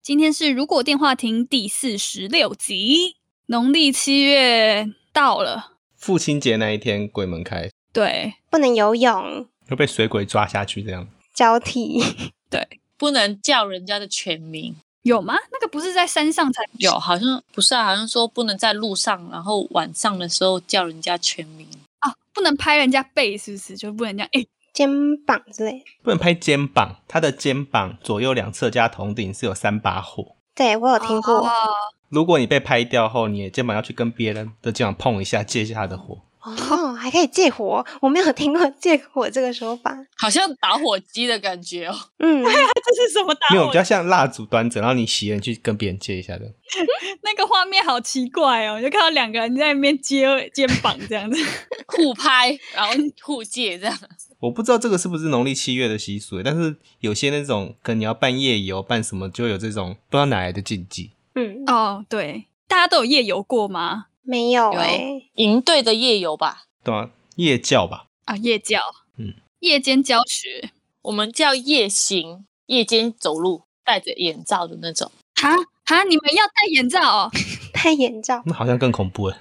今天是《如果电话亭》第四十六集，农历七月到了，父亲节那一天，鬼门开，对不能游泳，又被水鬼抓下去，这样交替 对，不能叫人家的全名。有吗？那个不是在山上才有，好像不是啊，好像说不能在路上，然后晚上的时候叫人家全名。啊？不能拍人家背，是不是？就不能这样？哎、肩膀之类的。不能拍肩膀，他的肩膀左右两侧加头顶是有三把火。对我有听过，哦如果你被拍掉后，你的肩膀要去跟别人的肩膀碰一下，借一下他的火。哦，还可以借火，我没有听过借火这个说法。好像打火机的感觉哦， 嗯， 这是什么打没有，火比？较像蜡烛端着，然后你洗了，你去跟别人借一下的。那个画面好奇怪哦，就看到两个人在那边接肩膀这 样子。互拍，然后互借这样。我不知道这个是不是农历七月的习俗，但是有些那种可能你要办夜游、办什么，就有这种不知道哪来的禁忌。嗯，哦，对，大家都有夜游过吗？没有有哎、营队的夜游吧，对啊，夜教吧，啊，夜教，嗯，夜间教学我们叫夜行，夜间走路，戴着眼罩的那种。哈哈，啊你们要戴眼罩哦。戴眼罩，那好像更恐怖了。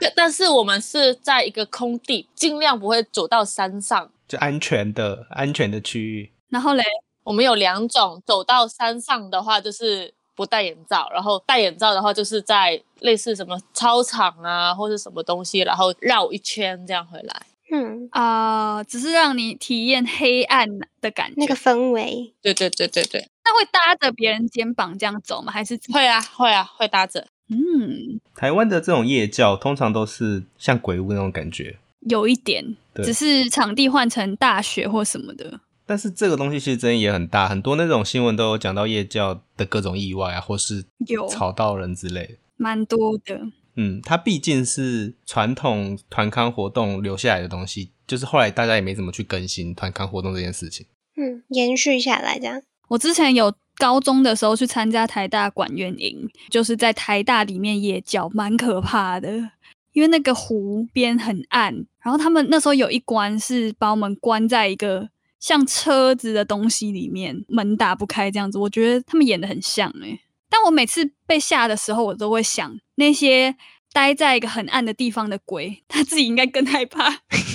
但但是我们是在一个空地，尽量不会走到山上。就安全的、安全的区域，然后嘞，我们有两种，走到山上的话就是不戴眼罩，然后戴眼罩的话就是在类似什么操场啊或者什么东西，然后绕一圈这样回来。嗯，啊、只是让你体验黑暗的感觉。那个氛围，对对对对对，那会搭着别人肩膀这样走吗？还是怎么会啊会啊会搭着，嗯，台湾的这种夜教通常都是像鬼屋那种感觉，有一点，对只是场地换成大学或什么的。但是这个东西其实争议也很大，很多那种新闻都有讲到夜教的各种意外啊，或是有吵到人之类的。蛮多的，嗯，它毕竟是传统团康活动留下来的东西，就是后来大家也没怎么去更新团康活动这件事情。嗯，延续下来这样，我之前有高中的时候去参加台大管院营，就是在台大里面也教，蛮可怕的。因为那个湖边很暗，然后他们那时候有一关是把我们关在一个像车子的东西里面，门打不开这样子。我觉得他们演的很像诶、但我每次被吓的时候，我都会想那些待在一个很暗的地方的鬼，他自己应该更害怕。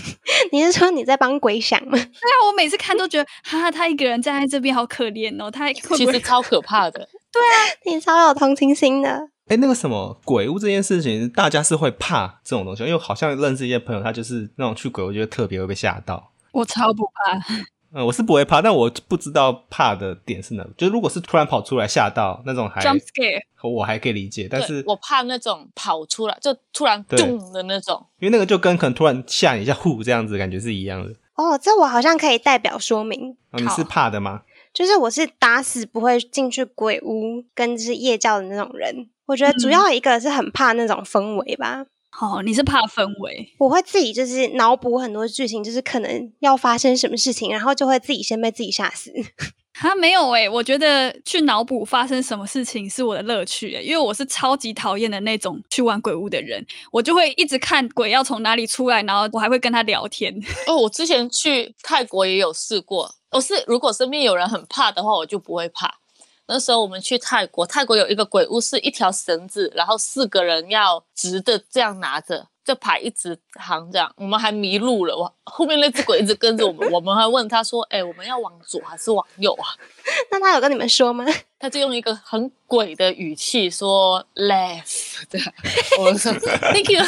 你是说你在帮鬼想吗？ 对啊，我每次看都觉得，哈，他一个人站在这边好可怜哦，他会不会其实超可怕的。你超有同情心的，哎，那个什么鬼屋这件事情，大家是会怕这种东西，因为我好像认识一些朋友，他就是那种去鬼屋就会特别会被吓到。我超不怕。嗯，我是不会怕，但我不知道怕的点是哪。就是如果是突然跑出来吓到那种还 jump scare，我还可以理解，但对是我怕那种跑出来就突然对咚的那种，因为那个就跟可能突然吓你一下呼这样子感觉是一样的。哦，这我好像可以代表说明，啊、你是好怕的吗？ 就是我是打死不会进去鬼屋跟就是夜教的那种人。我觉得主要一个是很怕那种氛围吧，哦，你是怕氛围，我会自己就是脑补很多剧情，就是可能要发生什么事情，然后就会自己先被自己吓死。 他没有诶、我觉得去脑补发生什么事情是我的乐趣、欸，因为我是超级讨厌的那种去玩鬼屋的人，我就会一直看鬼要从哪里出来，然后我还会跟他聊天。哦，我之前去泰国也有试过。我是如果身边有人很怕的话，我就不会怕。那时候我们去泰国，泰国有一个鬼屋，是一条绳子，然后四个人要直的这样拿着，就排一直行这样。我们还迷路了，我后面那只鬼一直跟着我们，我们还问他说：“哎、我们要往左还是往右啊那他有跟你们说吗？？” 他就用一个很鬼的语气说 “left”，对，我说 “thank you”，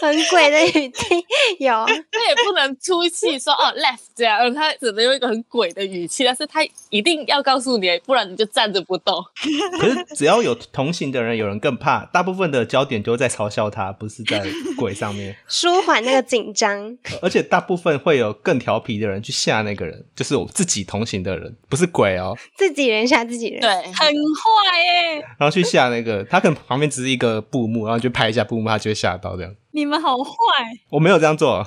很鬼的语气， 有他也不能出气说哦 left 这样，他只能用一个很鬼的语气，但是他一定要告诉你，不然你就站着不动。可是只要有同行的人，有人更怕，大部分的焦点就会在嘲笑他，不是在鬼上面。舒缓那个紧 张。而且大部分会有更调皮的人去吓那个人，就是我自己同行的人，不是鬼哦，自己人吓自己人，对，很坏耶、然后去吓那个他，可能旁边只是一个布幕，然后就拍一下布幕，他就会吓到这样。你们好坏，我没有这样做。哦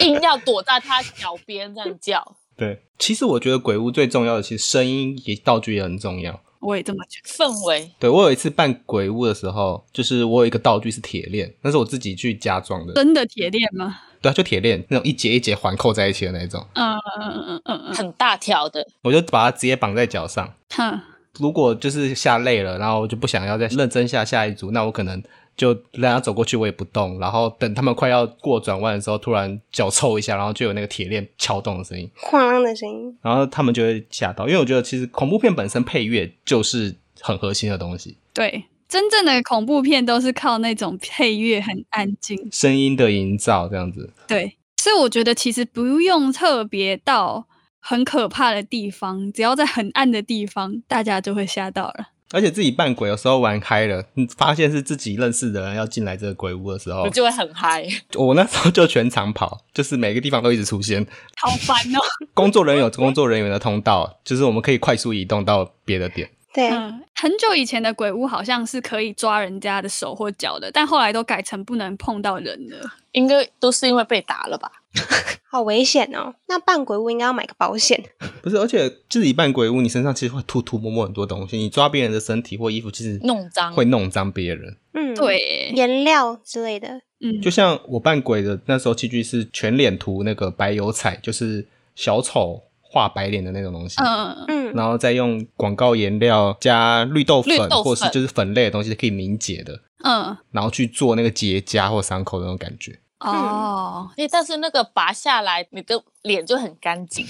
硬要躲在他脚边这样叫。对，其实我觉得鬼屋最重要的，其实声音也道具也很重要。我也这么觉氛围，对我有一次扮鬼屋的时候，就是我有一个道具是铁链，那是我自己去加装得。的。真的铁链吗？对啊，就铁链那种一节一节环扣在一起的那种，嗯嗯嗯嗯嗯，很大条的，我就把它直接绑在脚上。哼，如果就是下累了，然后我就不想要再认真下下一组，那我可能就让他走过去，我也不动，然后等他们快要过转弯的时候，突然脚抽一下，然后就有那个铁链敲动的声音，哐啷的声音。然后他们就会吓到。因为我觉得其实恐怖片本身配乐就是很核心的东西，对，真正的恐怖片都是靠那种配乐很安静，声音的营造这样子。对，所以我觉得其实不用特别到很可怕的地方，只要在很暗的地方，大家就会吓到了。而且自己扮鬼有时候玩嗨了，你发现是自己认识的人要进来这个鬼屋的时候你，就会很嗨。我那时候就全场跑，就是每个地方都一直出现。好烦哦！工作人员有工作人员的通道，就是我们可以快速移动到别的点。对， 嗯，很久以前的鬼屋好像是可以抓人家的手或脚的，但后来都改成不能碰到人了。应该都是因为被打了吧？好危险哦。那扮鬼屋应该要买个保险，不是，而且自己扮鬼屋，你身上其实会吐吐沫沫很多东西，你抓别人的身体或衣服，其实弄脏会弄脏别人。嗯，，对，颜料之类的，嗯，就像我扮鬼的那时候，器具是全脸涂那个白油彩，就是小丑画白脸的那种东西。嗯， 嗯，然后再用广告颜料加绿豆粉，绿豆粉或是就是粉类的东西可以凝结的，嗯，然后去做那个结痂或伤口的那种感觉。哦，诶但是那个拔下来，你的脸就很干净。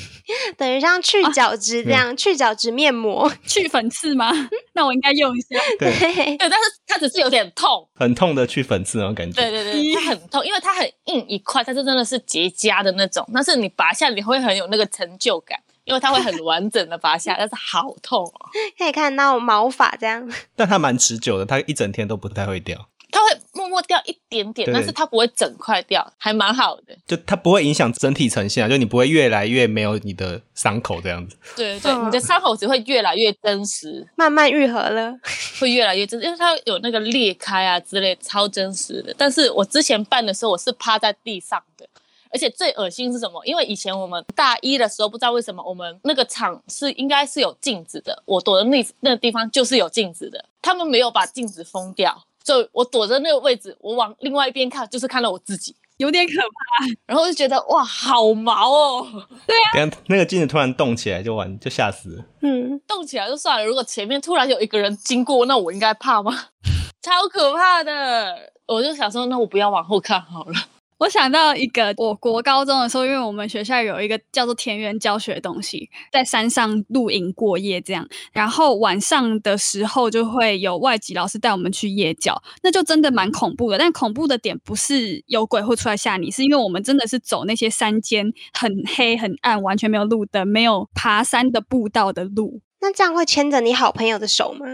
等于像去啊角质这嗯样，去角质面膜，去粉刺吗？ 那我应该用一下。对，对，对，但是它只是有点痛。很痛的去粉刺那种感觉。对对对，它很痛，因为它很硬一块，它是真的是结痂的那种。但是你拔下，你会很有那个成就感，因为它会很完整的拔下，但是好痛哦， 可以看到毛发这样，但它蛮持久的，它一整天都不太会掉，它会默默掉一点点，对但是它不会整块掉，还蛮好的。就它不会影响整体呈现啊，就你不会越来越没有你的伤口这样子。对对，嗯对，你的伤口只会越来越真实，慢慢愈合了。会越来越真实，因为它有那个裂开啊之类，超真实的。但是我之前办的时候，我是趴在地上的，而且最恶心是什么？因为以前我们大一的时候，不知道为什么我们那个场是应该是有镜子的，我躲的那那个地方就是有镜子的，他们没有把镜子封掉，所以我躲在那个位置，我往另外一边看，就是看到我自己。有点可怕。然后就觉得哇，好毛哦！等一下那个镜子突然动起来就完，就吓死了。嗯，动起来就算了，如果前面突然有一个人经过，那我应该怕吗？ 超可怕的！我就想说，那我不要往后看好哎了。我想到一个，我国高中的时候，因为我们学校有一个叫做田园教学的东西，在山上露营过夜这样，然后晚上的时候就会有外籍老师带我们去夜教，那就真的蛮恐怖的。但恐怖的点不是有鬼会出来吓你，是因为我们真的是走那些山间很黑很暗，完全没有路灯，没有爬山的步道的路，那这样会牵着你好朋友的手吗？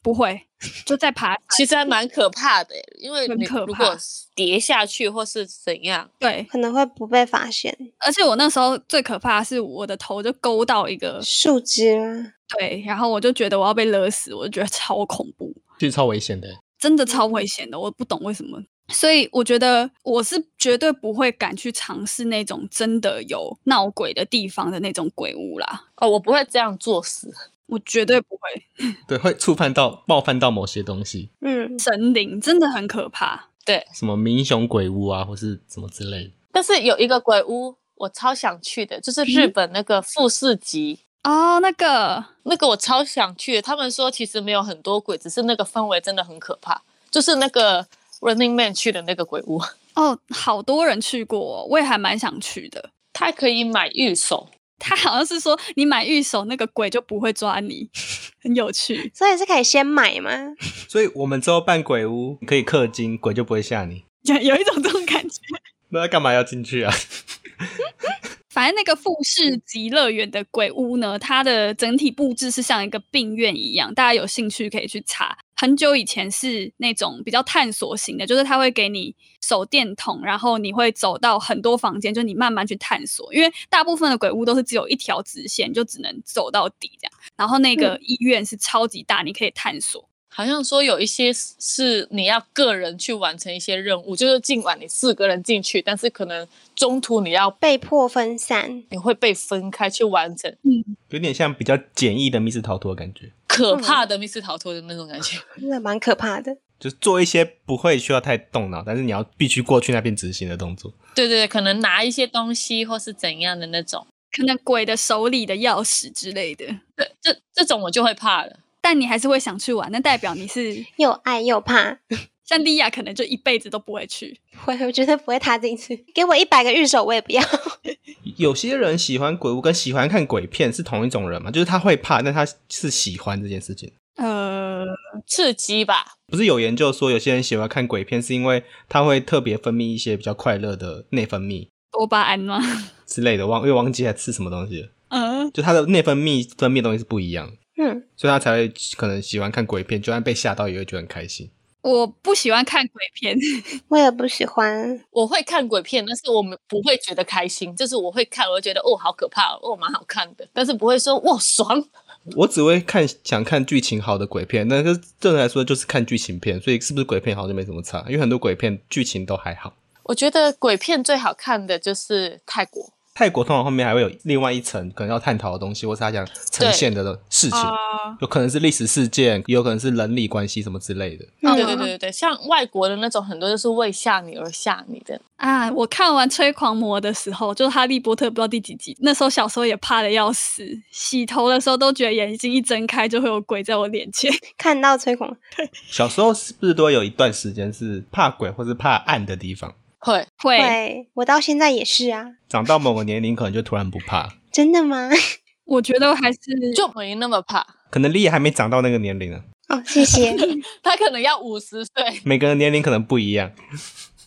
不会，就在爬山。其实还蛮可怕的，欸因为很你可如怕果跌下去或是怎样，对，可能会不被发现，而且我那时候最可怕的是我的头就勾到一个树枝吗？对，然后我就觉得我要被勒死，我就觉得超恐怖，其实超危险的，真的超危险的，我不懂为什么。所以我觉得我是绝对不会敢去尝试那种真的有闹鬼的地方的那种鬼屋啦，哦，我不会这样作死。我绝对不会。对，会触犯到冒犯到某些东西，嗯，神灵真的很可怕，什么民雄鬼屋啊，或是什么之类的。但是有一个鬼屋，我超想去的，嗯就是日本那个富士急。哦，那个那个我超想去的，他们说其实没有很多鬼，只是那个氛围真的很可怕，就是那个 Running Man 去的那个鬼屋，哦，好多人去过哦、我也还蛮想去的。它可以买玉手，他好像是说你买玉手，那个鬼就不会抓你，很有趣。所以是可以先买吗？所以我们之后扮鬼屋，你可以氪金，鬼就不会吓你。就有一种这种感觉。那干嘛要进去啊？ 反正那个富士极乐园的鬼屋呢，它的整体布置是像一个病院一样，大家有兴趣可以去查。很久以前是那种比较探索型的，就是它会给你手电筒，然后你会走到很多房间，就你慢慢去探索。因为大部分的鬼屋都是只有一条直线，就只能走到底这样。然后那个医院是超级大，你可以探索。好像说有一些是是你要个人去完成一些任务，就是尽管你四个人进去，但是可能中途你要被迫分散，你会被分开去完成有点像比较简易的密室逃脱的感觉，可怕的密室逃脱的那种感觉。 真的蛮可怕的。就是做一些不会需要太动脑，但是你要必须过去那边执行的动作。对对对，可能拿一些东西或是怎样的那种，可能鬼的手里的钥匙之类的，对这这种我就会怕了。但你还是会想去玩，那代表你是又爱又怕，像莉亚，可能就一辈子都不会去。我我绝对不会踏进去。给我一百个玉手，我也不要。有些人喜欢鬼屋跟喜欢看鬼片是同一种人嘛？就是他会怕，但他是喜欢这件事情。呃，刺激吧，不是有研究说有些人喜欢看鬼片是因为他会特别分泌一些比较快乐的内分泌多巴胺吗？之类的，忘又忘记还吃什么东西了，嗯、就他的内分泌分泌的东西是不一样的，嗯，所以他才会可能喜欢看鬼片，就算被吓到也会觉得很开心。我不喜欢看鬼片，我也不喜欢。我会看鬼片，但是我们不会觉得开心，就是我会看，我会觉得哦好可怕哦，哦蛮好看的，但是不会说哇爽。我只会看想看剧情好的鬼片，但是正来说就是看剧情片，所以是不是鬼片好像没什么差，因为很多鬼片剧情都还好。我觉得鬼片最好看的就是泰国，泰国通常后面还会有另外一层可能要探讨的东西，或是他想呈现的事情，啊，有可能是历史事件，也有可能是人理关系什么之类的。嗯对对对对对，像外国的那种很多就是为吓你而吓你的，啊！我看完《吹狂魔》的时候，就是《哈利波特》不知道第几集，那时候小时候也怕的要死，洗头的时候都觉得眼睛一睁开就会有鬼在我脸 前。看到吹孔，小时候是不是都有一段时间是怕鬼或是怕暗的地方？会会，对我到现在也是啊。长到某个年龄，可能就突然不怕。真的吗？ 我觉得还是就没那么怕。可能丽还没长到那个年龄呢，哦，谢 谢。他可能要五十岁。每个人年龄可能不一样。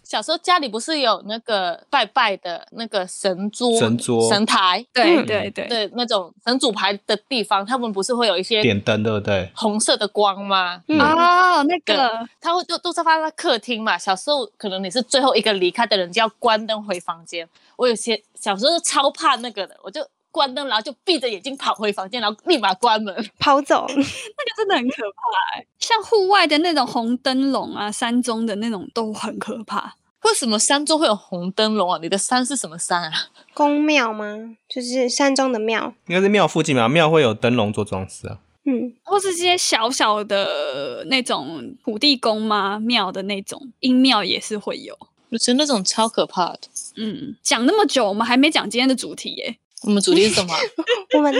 小时候家里不是有那个拜拜的那个神桌、神桌神台，对嗯对对，对那种神主牌的地方，他们不是会有一些点灯对不对？红色的光吗？嗯，哦，那个他会就都是放在客厅嘛。小时候可能你是最后一个离开的人，就要关灯回房间。我有些小时候超怕那个的，我就关灯，然后就闭着眼睛跑回房间，然后立马关门。跑走。那个真的很可怕、欸，像户外的那种红灯笼啊，山中的那种都很可怕。为什么山中会有红灯笼啊？你的山是什么山啊？宫庙吗？就是山中的庙。应该是庙附近吧，庙会有灯笼做装饰啊。嗯，或是这些小小的那种土地公妈庙的那种阴庙也是会有。我觉得那种超可怕的。嗯，讲那么久，我们还没讲今天的主题耶。我们主题是什么啊？我们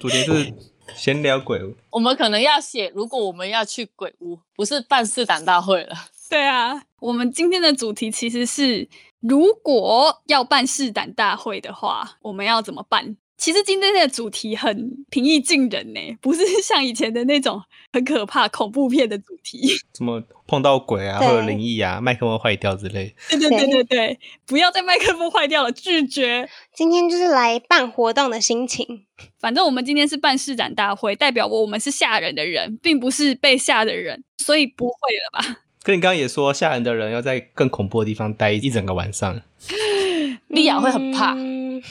主题是闲聊鬼屋，我们可能要写，如果我们要去鬼屋，不是办事党大会了，对啊，我们今天的主题其实是，如果要办试胆大会的话，我们要怎么办？其实今天的主题很平易近人呢，不是 像以前的那种很可怕恐怖片的主题。 什么碰到鬼啊，或对者灵异啊，麦克风坏掉之类。对对对对对，不要在麦克风坏掉了，拒绝。今天就是来办活动的心情。反正我们今天是办试胆大会，代表我们是吓人的人，并不是被吓的人，所以不会了吧？跟你刚刚也说，吓人的人要在更恐怖的地方待一整个晚上。嗯莉亚会很怕。嗯，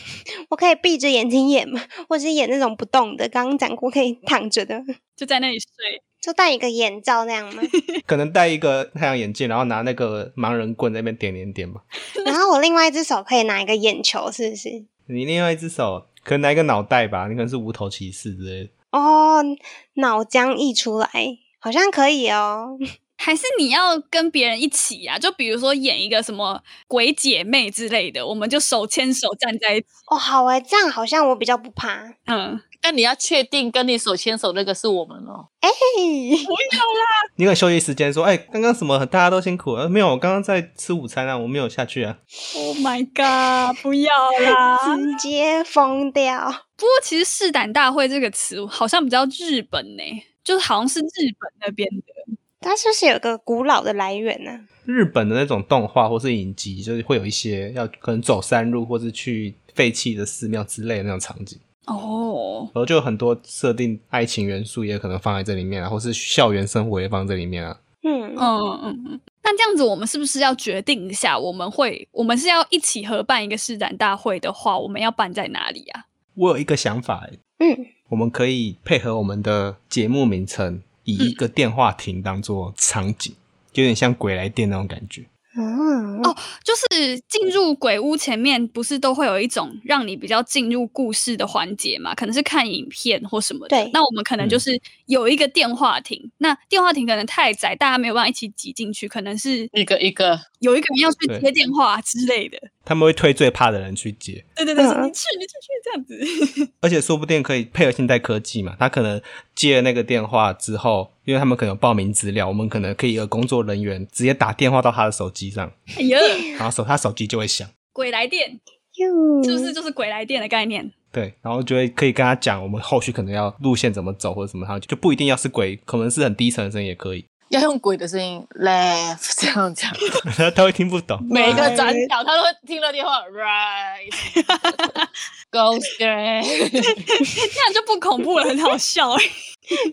我可以闭着眼睛演吗？ 或者是演那种不动的？刚刚讲过可以躺着的，就在那里睡。就戴一个眼罩那 样吗？可能戴一个太阳眼镜，然后拿那个盲人棍在那边点点点吧。然后我另外一只手可以拿一个眼球，是不是？你另外一只手可能拿一个脑袋吧，你可能是无头骑士之类的。哦，脑浆溢出来，好像可以哦。还是你要跟别人一起呀、就比如说演一个什么鬼姐妹之类的，我们就手牵手站在一起。哦，好啊哎，这样好像我比较不 怕。嗯，但你要确定跟你手牵手那个是我们哦。嘿，你可能休息时间说，哎、刚刚什么大家都辛苦了、呃没有，我刚刚在吃午餐啊，我没有下去啊。 Oh my god！不要啦。直接疯掉。不过其实“试胆大会”这个词好像比较日本呢、就是好像是日本那边的。它是不是有个古老的来源呢、日本的那种动画或是影集，就是会有一些要可能走山路或是去废弃的寺庙之类的那种场景，哦，然后就有很多设定爱情元素也可能放在这里面啊，或是校园生活也放在这里面啊。嗯嗯嗯嗯嗯。那这样子，我们是不是要决定一下，我们会我们是要一起合办一个施展大会的话，我们要办在哪里啊？我有一个想法、欸，嗯，我们可以配合我们的节目名称，以一个电话亭当做场景，有点像鬼来电那种感觉。嗯哦就是进入鬼屋前面，不是都会有一种让你比较进入故事的环节嘛？可能是看影片或什么的。对那我们可能就嗯是有一个电话亭，那电话亭可能太窄，大家没有办法一起挤进去，可能是一个一个，有一个人要去对接电话之类的。他们会推最怕的人去接，对对对，嗯你去你去去这样子。而且说不定可以配合现代科技嘛。他可能接了那个电话之后，因为他们可能有报名资料，我们可能可以有工作人员直接打电话到他的手机上，哎呀，嗯然后手他手机就会响，鬼来电哟，是不是就是鬼来电的概念？对，然后就会可以跟他讲我们后续可能要路线怎么走或者什么，他就不一定要是鬼，可能是很低沉的声音也可以， 要用鬼的声音 laugh 这样讲，他他会听不懂。每一个 Right 转角他都会听到电话 right go straight，这样就不恐怖了，很好笑哎、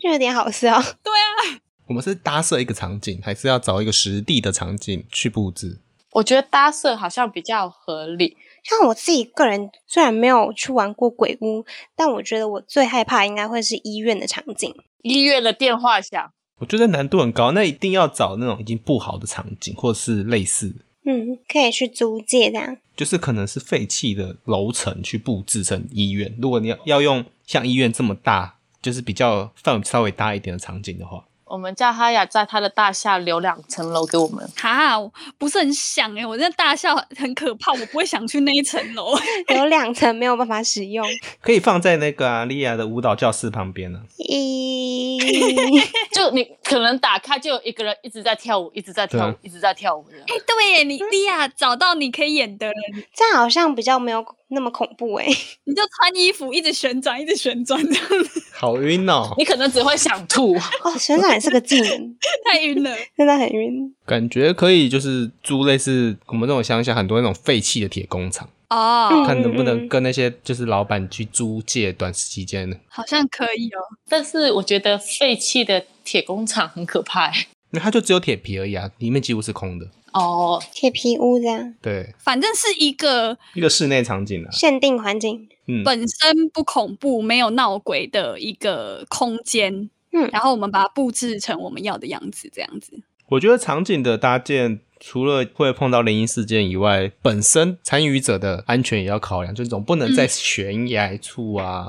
就有点好笑？ 对啊，我们是搭设一个场景，还是要找一个实地的场景去布置？我觉得搭设好像比较合理。像我自己个人虽然没有去玩过鬼屋，但我觉得我最害怕应该会是医院的场景。医院的电话响，我觉得难度很高，那一定要找那种已经布好的场景，或是类似，嗯，可以去租借这样。就是可能是废弃的楼层去布置成医院。如果你要要用像医院这么大，就是比较范围稍微大一点的场景的话，我们叫哈雅在他的大厦留两层楼给我 们。哈，我不是很想哎、我真的大笑很可怕，我不会想去那一层楼。有两层没有办法使用。可以放在那个啊莉亚的舞蹈教室旁边啊呢、咦，就你可能打开就有一个人一直在跳舞，一直在跳对舞啊，一直在跳舞这样哎、对耶，嗯你莉亚找到你可以演的人，这样好像比较没有那么恐怖欸诶、你就穿衣服一直旋转，一直旋转，这样子好晕哦，你可能只会想吐。哦，旋转也是个技能，太晕了。真的很晕。感觉可以就是租类似我们这种乡下很多那种废弃的铁工厂，哦，嗯看能不能跟那些就是老板去租借短时间的好像可以哦。 但是我觉得废弃的铁工厂很可怕、欸。那它就只有铁皮而已啊，里面几乎是空的。哦，铁皮屋这样，对，反正是一个一个室内场景啊。限定环境。嗯，本身不恐怖、没有闹鬼的一个空间，嗯然后我们把它布置成我们要的样子，这样子。我觉得场景的搭建，除了会碰到灵异事件以外，本身参与者的安全也要考量，就总不能在悬崖处啊，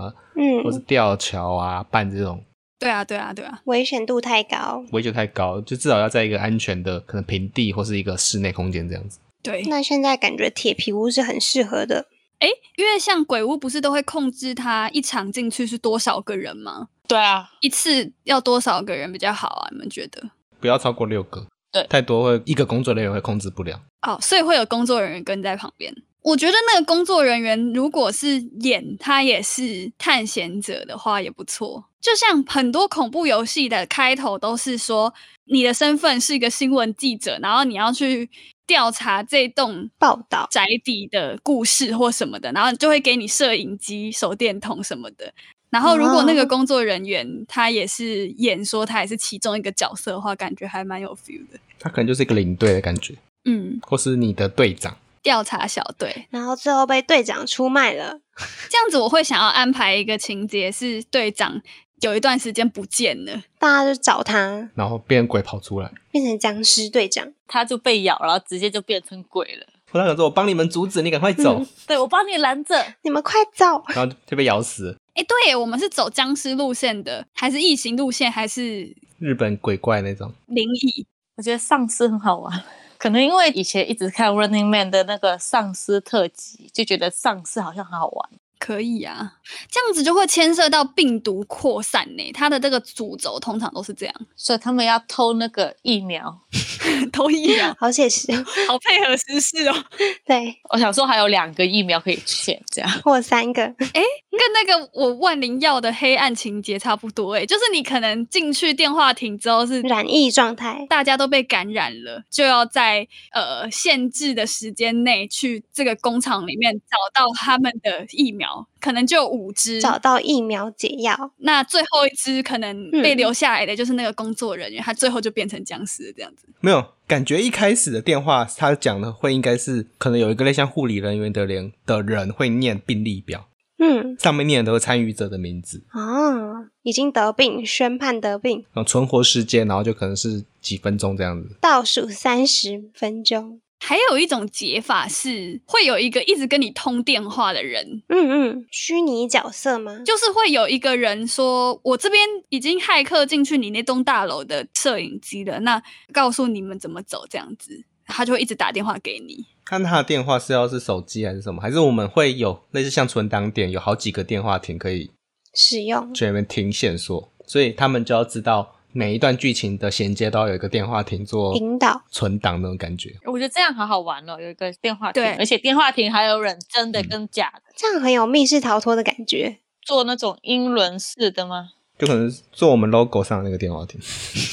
或是嗯，吊桥啊办这种对啊，对啊，对啊，危险度太高。危险太高，就至少要在一个安全的可能平地或是一个室内空间这样子。对。那现在感觉铁皮屋是很适合的。哎，因为像鬼屋不是都会控制它一场进去是多少个人吗？对啊，一次要多少个人比较好啊？你们觉得？不要超过六个，对太多会一个工作人员会控制不了。哦，所以会有工作人员跟在旁边。我觉得那个工作人员如果是演他也是探险者的话，也不错。就像很多恐怖游戏的开头都是说，你的身份是一个新闻记者，然后你要去调查这栋报道宅邸的故事或什么的，然后就会给你摄影机、手电筒什么的。然后如果那个哦工作人员他也是演说他也是其中一个角色的话，感觉还蛮有 feel 的。他可能就是一个领队的感觉，嗯，或是你的队长。调查小队然后最后被队长出卖了。这样子，我会想要安排一个情节是队长有一段时间不见了，大家就找他，然后变鬼跑出来，变成僵尸队长。他就被咬，然后直接就变成鬼 了。我那个说：“我帮你们阻止，你赶快走。对，我帮你拦着。你们快走！ 然后就被咬死了。哎，对耶，我们是走僵尸路线的，还是异形路线，还是日本鬼怪那种，灵异？我觉得丧尸很好玩，可能因为以前一直看 Running Man 的那个丧尸特辑，就觉得丧尸好像很好玩。可以啊，这样子就会牵涉到病毒扩散呢、它的这个主轴通常都是这样，所以他们要偷那个疫苗。 都一样，好写实，好配合时事哦。 对，我想说还有两个疫苗可以选，这样。或三个，跟那个我万灵药的黑暗情节差不多诶、就是你可能进去电话亭之后是染疫状态，大家都被感染了，就要在呃限制的时间内去这个工厂里面找到他们的疫苗，可能就有五支，找到疫苗解药，那最后一支可能被嗯留下来的就是那个工作人员，他最后就变成僵尸了这样子。没有感觉一开始的电话，他讲的会应该是可能有一个类像护理人员的人的人会念病历表，嗯，上面念的都是参与者的名字，哦，已经得病，宣判得病，然后存活时间，然后就可能是几分钟这样子。倒数三十分钟，还有一种解法是，会有一个一直跟你通电话的人，嗯嗯，虚拟角色吗？就是会有一个人说：“我这边已经骇客进去你那栋大楼的摄影机了，那告诉你们怎么走。”这样子，他就会一直打电话给你。看他的电话是要是手机还是什么，还是我们会有类似像存档点，有好几个电话亭可以使用，去那边听线索，所以他们就要知道每一段剧情的衔接都要有一个电话亭做引导存档那种感觉。我觉得这样好好玩哦，有一个电话亭对，而且电话亭还有人真的嗯跟假的，这样很有密室逃脱的感觉。做那种英伦式的吗？就可能是做我们 logo 上的那个电话亭，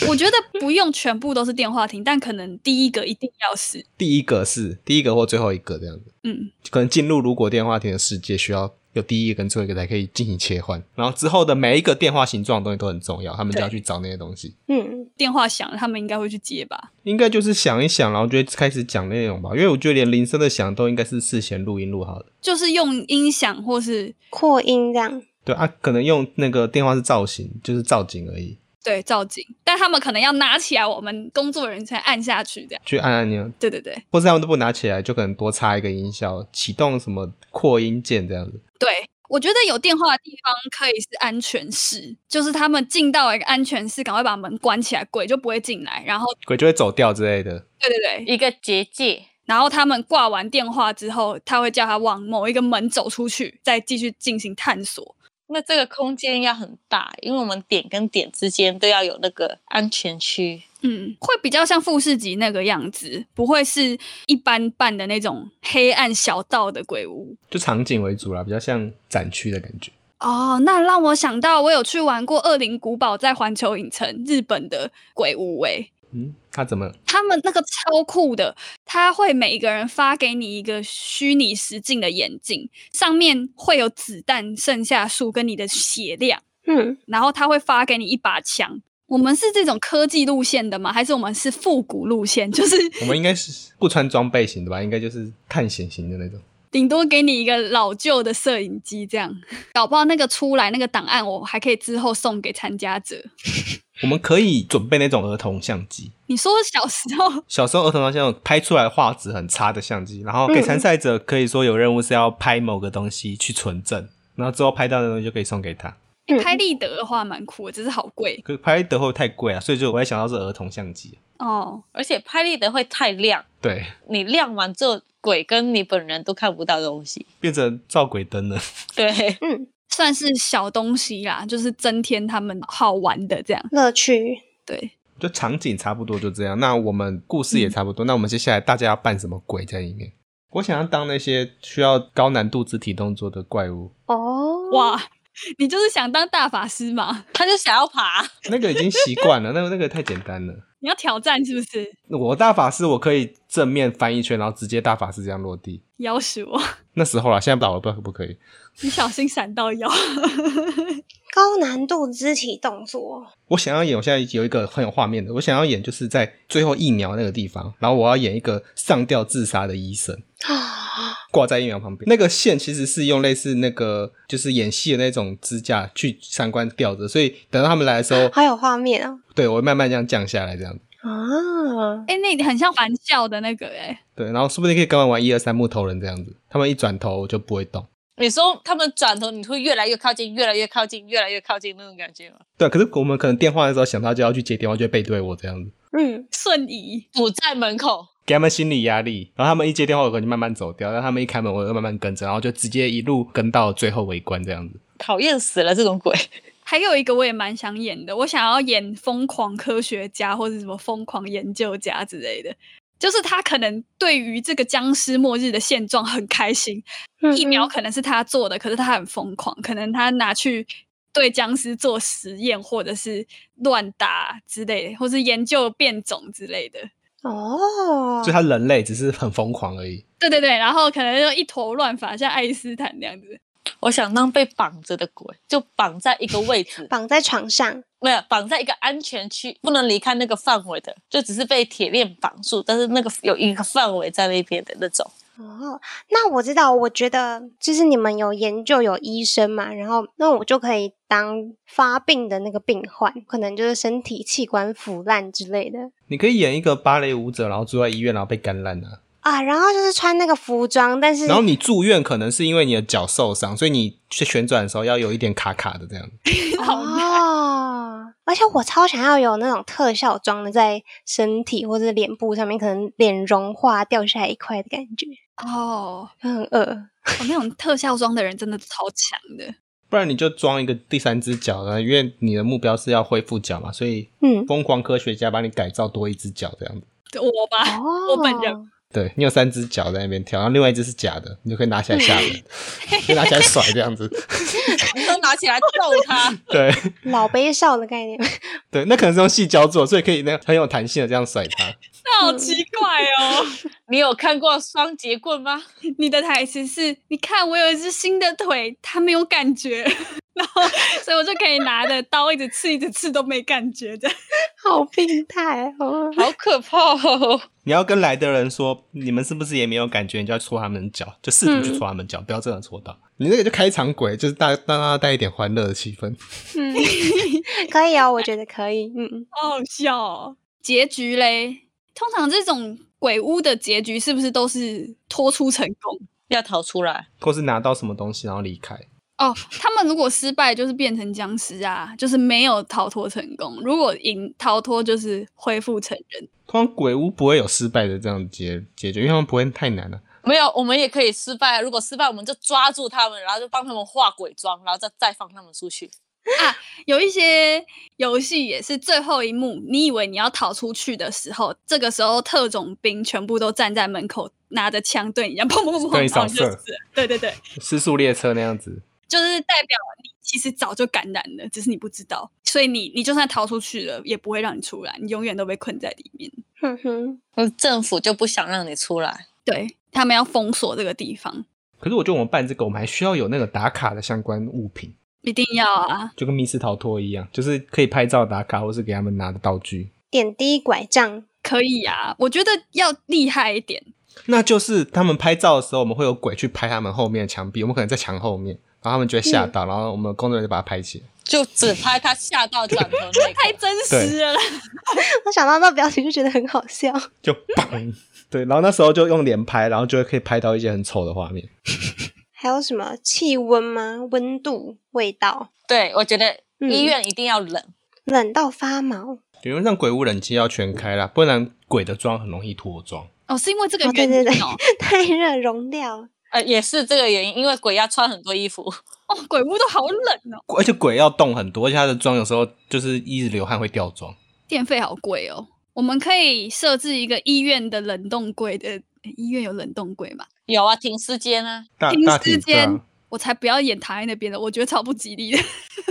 我觉得不用全部都是电话亭，但可能第一个一定要是，第一个是第一个或最后一个这样子，嗯，可能进入如果电话亭的世界需要有第一个跟最后一个才可以进行切换，然后之后的每一个电话形状的东西都很重要，他们就要去找那些东西。嗯，电话响了，他们应该会去接吧。应该就是想一想，然后就会开始讲内容吧，因为我觉得连铃声的响都应该是事先录音录好的。就是用音响或是扩音这样，对啊，可能用那个电话是造型，就是造景而已，对照景，但他们可能要拿起来，我们工作人员才按下去这样。去按按钮，对对对或是他们都不拿起来，就可能多插一个音效，启动什么扩音键这样子。对，我觉得有电话的地方可以是安全室，就是他们进到一个安全室，赶快把门关起来，鬼就不会进来。然后，鬼就会走掉之类的。对对对，一个结界，然后他们挂完电话之后，他会叫他往某一个门走出去，再继续进行探索。那这个空间要很大，因为我们点跟点之间都要有那个安全区。嗯，会比较像富士集那个样子，不会是一般办的那种黑暗小道的鬼屋。就场景为主啦，比较像展区的感觉。哦，那让我想到我有去玩过《恶灵古堡》在环球影城日本的鬼屋诶、嗯，它怎么了他们那个超酷的，他会每一个人发给你一个虚拟实境的眼镜，上面会有子弹剩下数跟你的血量，嗯，然后他会发给你一把枪。我们是这种科技路线的吗？还是我们是复古路线？ 就是我们应该是不穿装备型的吧？应该就是探险型的那种。顶多给你一个老旧的摄影机这样， 搞不好那个出来那个档案，我还可以之后送给参加者。我们可以准备那种儿童相机，你说小时候欸小时候儿童相机拍出来画质很差的相机，然后给参赛者可以说有任务是要拍某个东西去存证，然后之后拍到的东西就可以送给他。欸拍立得的话蛮酷的，只是好贵可拍得会太贵了，所以就我在想到是儿童相机。哦。而且拍立得会太亮，对，你亮完之后，鬼跟你本人都看不到东西。变成照鬼灯了。对，嗯算是小东西啦，就是增添他们好玩的这样。乐趣，对，就场景差不多就这样。那我们故事也差不多。那我们接下来大家要扮什么鬼在里面？我想要当那些需要高难度肢体动作的怪物，哦，，哇，你就是想当大法师嘛？他就想要爬，那个已经习惯了，那个 那个太简单了。你要挑战是不是？我大法师我可以正面翻一圈，然后直接大法师这样落地。咬死我！ 那时候啦，现在倒了不知道可不可以。你小心闪到腰。高难度肢体动作，我想要演，我现在有一个很有画面的，我想要演就是在最后疫苗那个地方，然后我要演一个上吊自杀的医生。啊，挂在疫苗旁边。那个线其实是用类似那个就是演戏的那种支架去三观吊着，所以等到他们来的时 候，好有画面哦，对我会慢慢这样降下来，这样啊，哎、那很像玩笑的那个哎、对，然后说不定可以跟我玩一二三木头人这样子，他们一转头我就不会动。你说他们转头，你会越来越靠近，越来越靠近，越来越靠近那种感觉吗？对，啊可是我们可能电话的时候想到就要去接电话，就会背对我这样子。嗯，瞬移堵在门口，给他们心理压力。然后他们一接电话，我可能就慢慢走掉；让他们一开门，我就慢慢跟着，然后就直接一路跟到最后围观这样子。讨厌死了这种鬼。还有一个我也蛮想演的，我想要演疯狂科学家或者什么疯狂研究家之类的。就是他可能对于这个僵尸末日的现状很开心，嗯疫苗可能是他做的，可是他很疯狂，可能他拿去对僵尸做实验，或者是乱打之类的，或是研究变种之类的。哦，就，他人类只是很疯狂而已。对对对，然后可能就一头乱发，像爱因斯坦那样子。我想当被绑着的鬼，就绑在一个位置 绑在床上，没有绑在一个安全区，不能离开那个范围的，就只是被铁链绑住，但是那个有一个范围在那边的那 种。哦，那我知道，我觉得就是你们有研究有医生嘛，然后那我就可以当发病的那个病患，可能就是身体器官腐烂之类的你可以演一个芭蕾舞者，然后住在医院，然后被感染啊。啊，然后就是穿那个服装，但是然后你住院可能是因为你的脚受伤，所以你去旋转的时候要有一点卡卡的这样。好哦，而且我超想要有那种特效装的在身体或者脸部上面，可能脸融化掉下来一块的感觉，哦，很恶。哦那种特效妆的人真的超强的。不然你就装一个第三只脚啊，因为你的目标是要恢复脚嘛，所以嗯，疯狂科学家把你改造多一只脚这样子。我吧，哦，本人对你有三只脚在那边跳，然后另外一只是假的，你就可以拿起来吓 人，就拿起来甩这样子。都拿起来揍他， 对老悲少的概念， 对，那可能是用细胶做，所以可以那很有弹性的这样甩它。那好奇怪哦。 你有看过双节棍吗？你的台词是：“你看，我有一只新的腿，它没有感觉。” 然后，所以我就可以拿着刀一直刺，一直刺都没感觉 的。好病态哦。好可怕哦！ 你要跟来的人说，你们是不是也没有感觉？你就要戳他们的脚，就试图去戳他们脚，不要真的戳到。嗯你那个就开场鬼，就是大让大家带一点欢乐的气氛。嗯， 可以哦，我觉得可以。嗯，好好笑哦！结局嘞，通常这种鬼屋的结局是不是都是脱出成功？要逃出来， 或是拿到什么东西然后离开。哦，他们如果失败就是变成僵尸啊，就是没有逃脱成功；如果赢逃脱就是恢复成人。通常鬼屋不会有失败的这样结结局，因为他们不会太难啊了、没有，我们也可以失败。如果失败，我们就抓住他们，然后就帮他们化鬼妆，然后再再放他们出去。有一些游戏也是最后一幕，你以为你要逃出去的时候，这个时候特种兵全部都站在门口，拿着枪对你这样砰 砰砰砰，对你然后扫你就射死了。对对对，失速列车那样子。就是代表你其实早就感染了，只是你不知道，所以你你就算逃出去了，也不会让你出来，你永远都被困在里面。哼哼，那政府就不想让你出来，对他们要封锁这个地方，可是我觉得我们办这个，我们还需要有那个打卡的相关物品，一定要啊！就跟密室逃脱一样，就是可以拍照打卡，或是给他们拿的道具。点滴拐杖，可以啊，我觉得要厉害一点，那就是他们拍照的时候，我们会有鬼去拍他们后面的墙壁，我们可能在墙后面，然后他们就会吓到，然后我们工作人员就把它拍起来。就只拍他吓到转头那 太个。真实了啦。我想到那表情就觉得很好笑。就砰， 对，然后那时候就用脸拍，然后就会可以拍到一些很丑的画面。还有什么气温吗？温度、味道，对，我觉得嗯医院一定要冷。冷到发毛。 因为让鬼屋冷气要全开啦，不然鬼的妆很容易脱妆。哦，是因为这个哦对原对对因哦。太热融掉，呃，也是这个原因，因为鬼要穿很多衣服，哦，鬼屋都好冷哦，而且鬼要动很多，而且他的妆有时候就是一直流汗会掉妆。电费好贵哦。我们可以设置一个医院的冷冻柜的，诶医院有冷冻柜嘛？有啊，停尸间啊，大停大尸体间妆，，我才不要演躺在那边的，我觉得超不吉利的，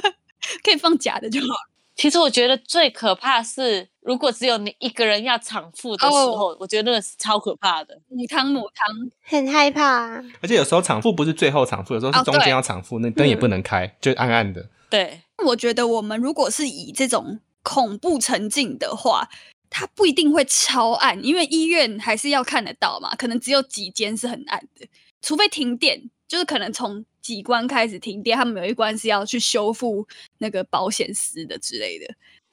可以放假的就好了。其实我觉得最可怕是，如果只有你一个人要产妇的时候我觉得那个是超可怕的。母汤母汤，很害怕、啊。而且有时候产妇不是最后产妇，有时候是哦中间对要产妇，那灯也不能开，就暗暗的。对，我觉得我们如果是以这种恐怖沉浸的话，它不一定会超暗，因为医院还是要看得到嘛，可能只有几间是很暗的，除非停电，就是可能从几关开始停电，他们有一关是要去修复那个保险丝的之类的。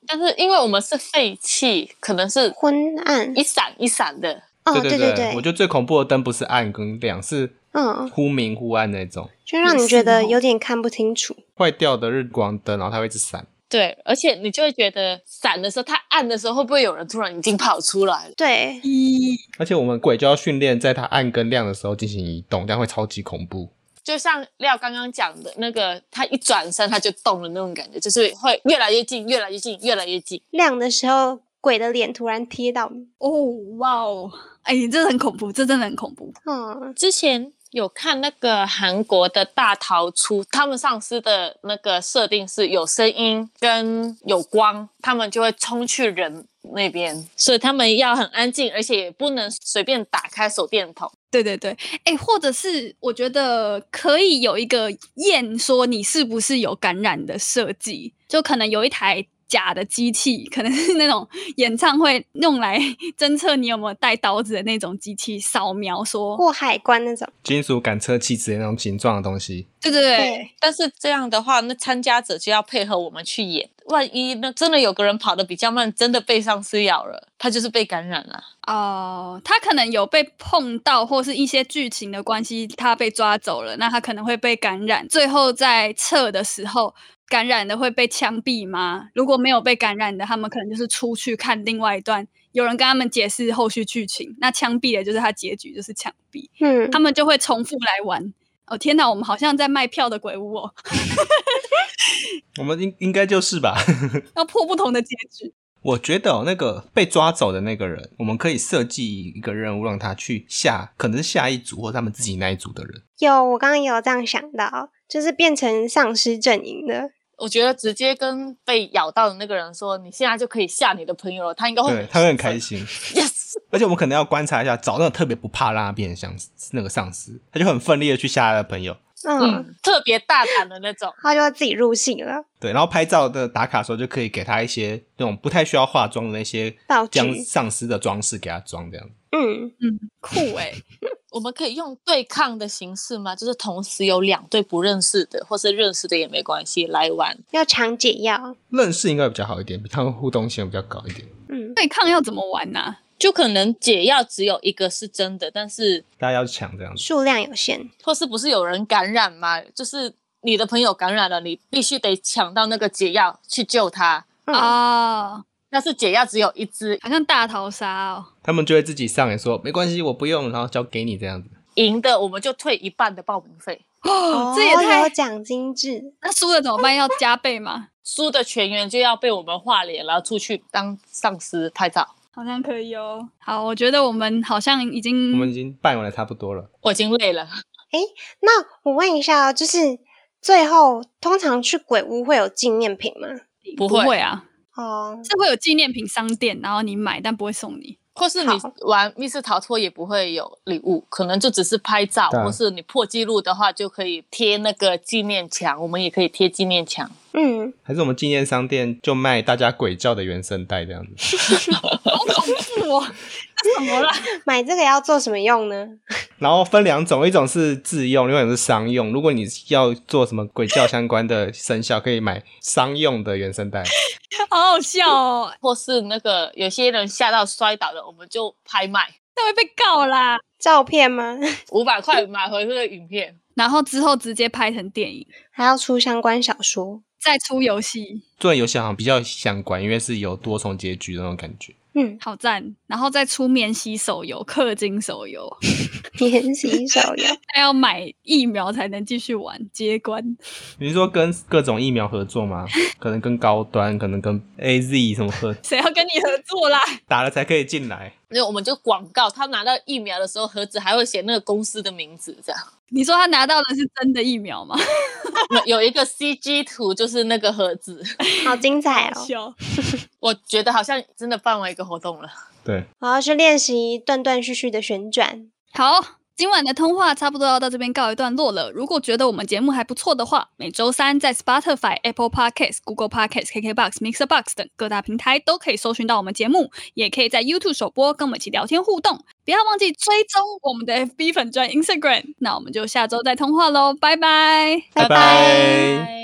但是因为我们是废弃，可能是昏暗一闪一闪的，哦，对对对，我觉得最恐怖的灯不是暗跟亮，是嗯，忽明忽暗那种。就让也你觉是得哦有点看不清楚。坏掉的日光灯，然后它会一直闪。对，而且你就会觉得闪的时候，它按的时候，会不会有人突然已经跑出来了？对，一而且我们鬼就要训练在它暗跟亮的时候进行移动，这样会超级恐怖。就像廖刚刚讲的那个，它一转身它就动了那种感觉，就是会越来越近，越来越近，越来越近。亮的时候鬼的脸突然贴到你，哦哇哦，哎，这很恐怖，这真的很恐怖。嗯，之前有看那个韩国的大逃出，他们丧尸的那个设定是有声音跟有光，他们就会冲去人那边，所以他们要很安静，而且也不能随便打开手电筒。对对对，哎，或者是我觉得可以有一个验说你是不是有感染的设计，就可能有一台假的机器，可能是那种演唱会用来 侦测你有没有带刀子的那种机器，扫描说，过海关那种，金属感测器之类那种形状的东西，对对对，对，但是这样的话，那参加者就要配合我们去演。万一那真的有个人跑得比较慢，真的被丧尸咬了，他就是被感染了。哦，他可能有被碰到，或是一些剧情的关系，他被抓走了，那他可能会被感染。最后在测的时候，感染的会被枪毙吗？如果没有被感染的，他们可能就是出去看另外一段，有人跟他们解释后续剧情。那枪毙的就是他结局，就是枪毙，嗯他，们就会重复来玩。哦天哪，我们好像在卖票的鬼屋哦，我们应应该就是吧。 要破不同的结局。我觉得、哦、那个被抓走的那个人，我们可以设计一个任务，让他去下，可能是下一组或他们自己那一组的人。有，我刚刚也有这样想到，就是变成丧尸阵营的，我觉得直接跟被咬到的那个人说：“你现在就可以吓你的朋友了。”他应该会对，他会很开心。 Yes， 而且我们可能要观察一下，找那种特别不怕让他变成像那个丧尸，他就很奋力的去吓他的朋友。嗯，嗯， 特别大胆的那种。他就要自己入戏了，对，然后拍照的打卡的时候，就可以给他一些那种不太需要化妆的那些道具将丧尸的装饰给他装，这样嗯，嗯，酷哎、欸我们可以用对抗的形式吗？就是同时有两队不认识的，或是认识的也没关系来玩。要抢解药，认识应该比较好一点，比他们互动性比较高一点。嗯，对抗要怎么玩呐、就可能解药只有一个是真的，但是大家要抢这样子，数量有限，或是不是有人感染嘛？就是你的朋友感染了，你必须得抢到那个解药去救他。嗯，啊、但是解药只有一只，好像大逃杀哦。他们就会自己上来说没关系，我不用，然后交给你这样子。赢的我们就退一半的报名费，哦， 这也哦有太……奖金制， 那输了怎么办？要加倍吗？输的全员就要被我们画脸，然后出去当丧尸拍照。好像可以哦。好，我觉得我们好像已经我们已经办完了差不多了，我已经累了，那我问一下哦，就是最后通常去鬼屋会有纪念品吗？不不会会啊，哦，是会有纪念品商店，然后你买，但不会送你。 或是你好玩密室逃脱也不会有礼物，可能就只是拍照，对啊或是你破纪录的话就可以贴那个纪念墙，我们也可以贴纪念墙。嗯，还是我们纪念商店就卖大家鬼叫的原声带这样子。好恐怖哦！这什么啦？ 买这个要做什么用呢？然后分两种，一种是自用，另外一种是商用。如果你要做什么鬼叫相关的生肖，可以买商用的原声带。好好笑哦！或是那个有些人吓到摔倒了，我们就拍卖那会被告啦。照片吗？ 五百块买回这个影片。然后之后直接拍成电影，还要出相关小说？再出游戏，做游戏好像比较相关，因为是有多重结局的那种感觉。嗯， 好赞！然后再出免洗手游、氪金手游，免洗手 游，还要买疫苗才能继续玩接关。你是说跟各种疫苗合作吗？ 可能跟高端，可能跟 A Z 什么合，谁要跟你合作啦？ 打了才可以进来。那我们就广告，他拿到疫苗的时候，盒子还会写那个公司的名字，这样。你说他拿到的是真的疫苗吗？那有一个 CG 图，就是那个盒子。好精彩哦！笑。我觉得好像真的办完一个活动了。对，我要去练习断断续续的旋转。好，今晚的通话差不多要到这边告一段落了。如果觉得我们节目还不错的话，每周三在 Spotify、Apple Podcasts、Google Podcasts、KKBox、Mixer Box 等各大平台都可以搜寻到我们节目，也可以在 YouTube 首播跟我们一起聊天互动。不要忘记追踪我们的 FB 粉专 Instagram。那我们就下周再通话喽，拜拜。拜拜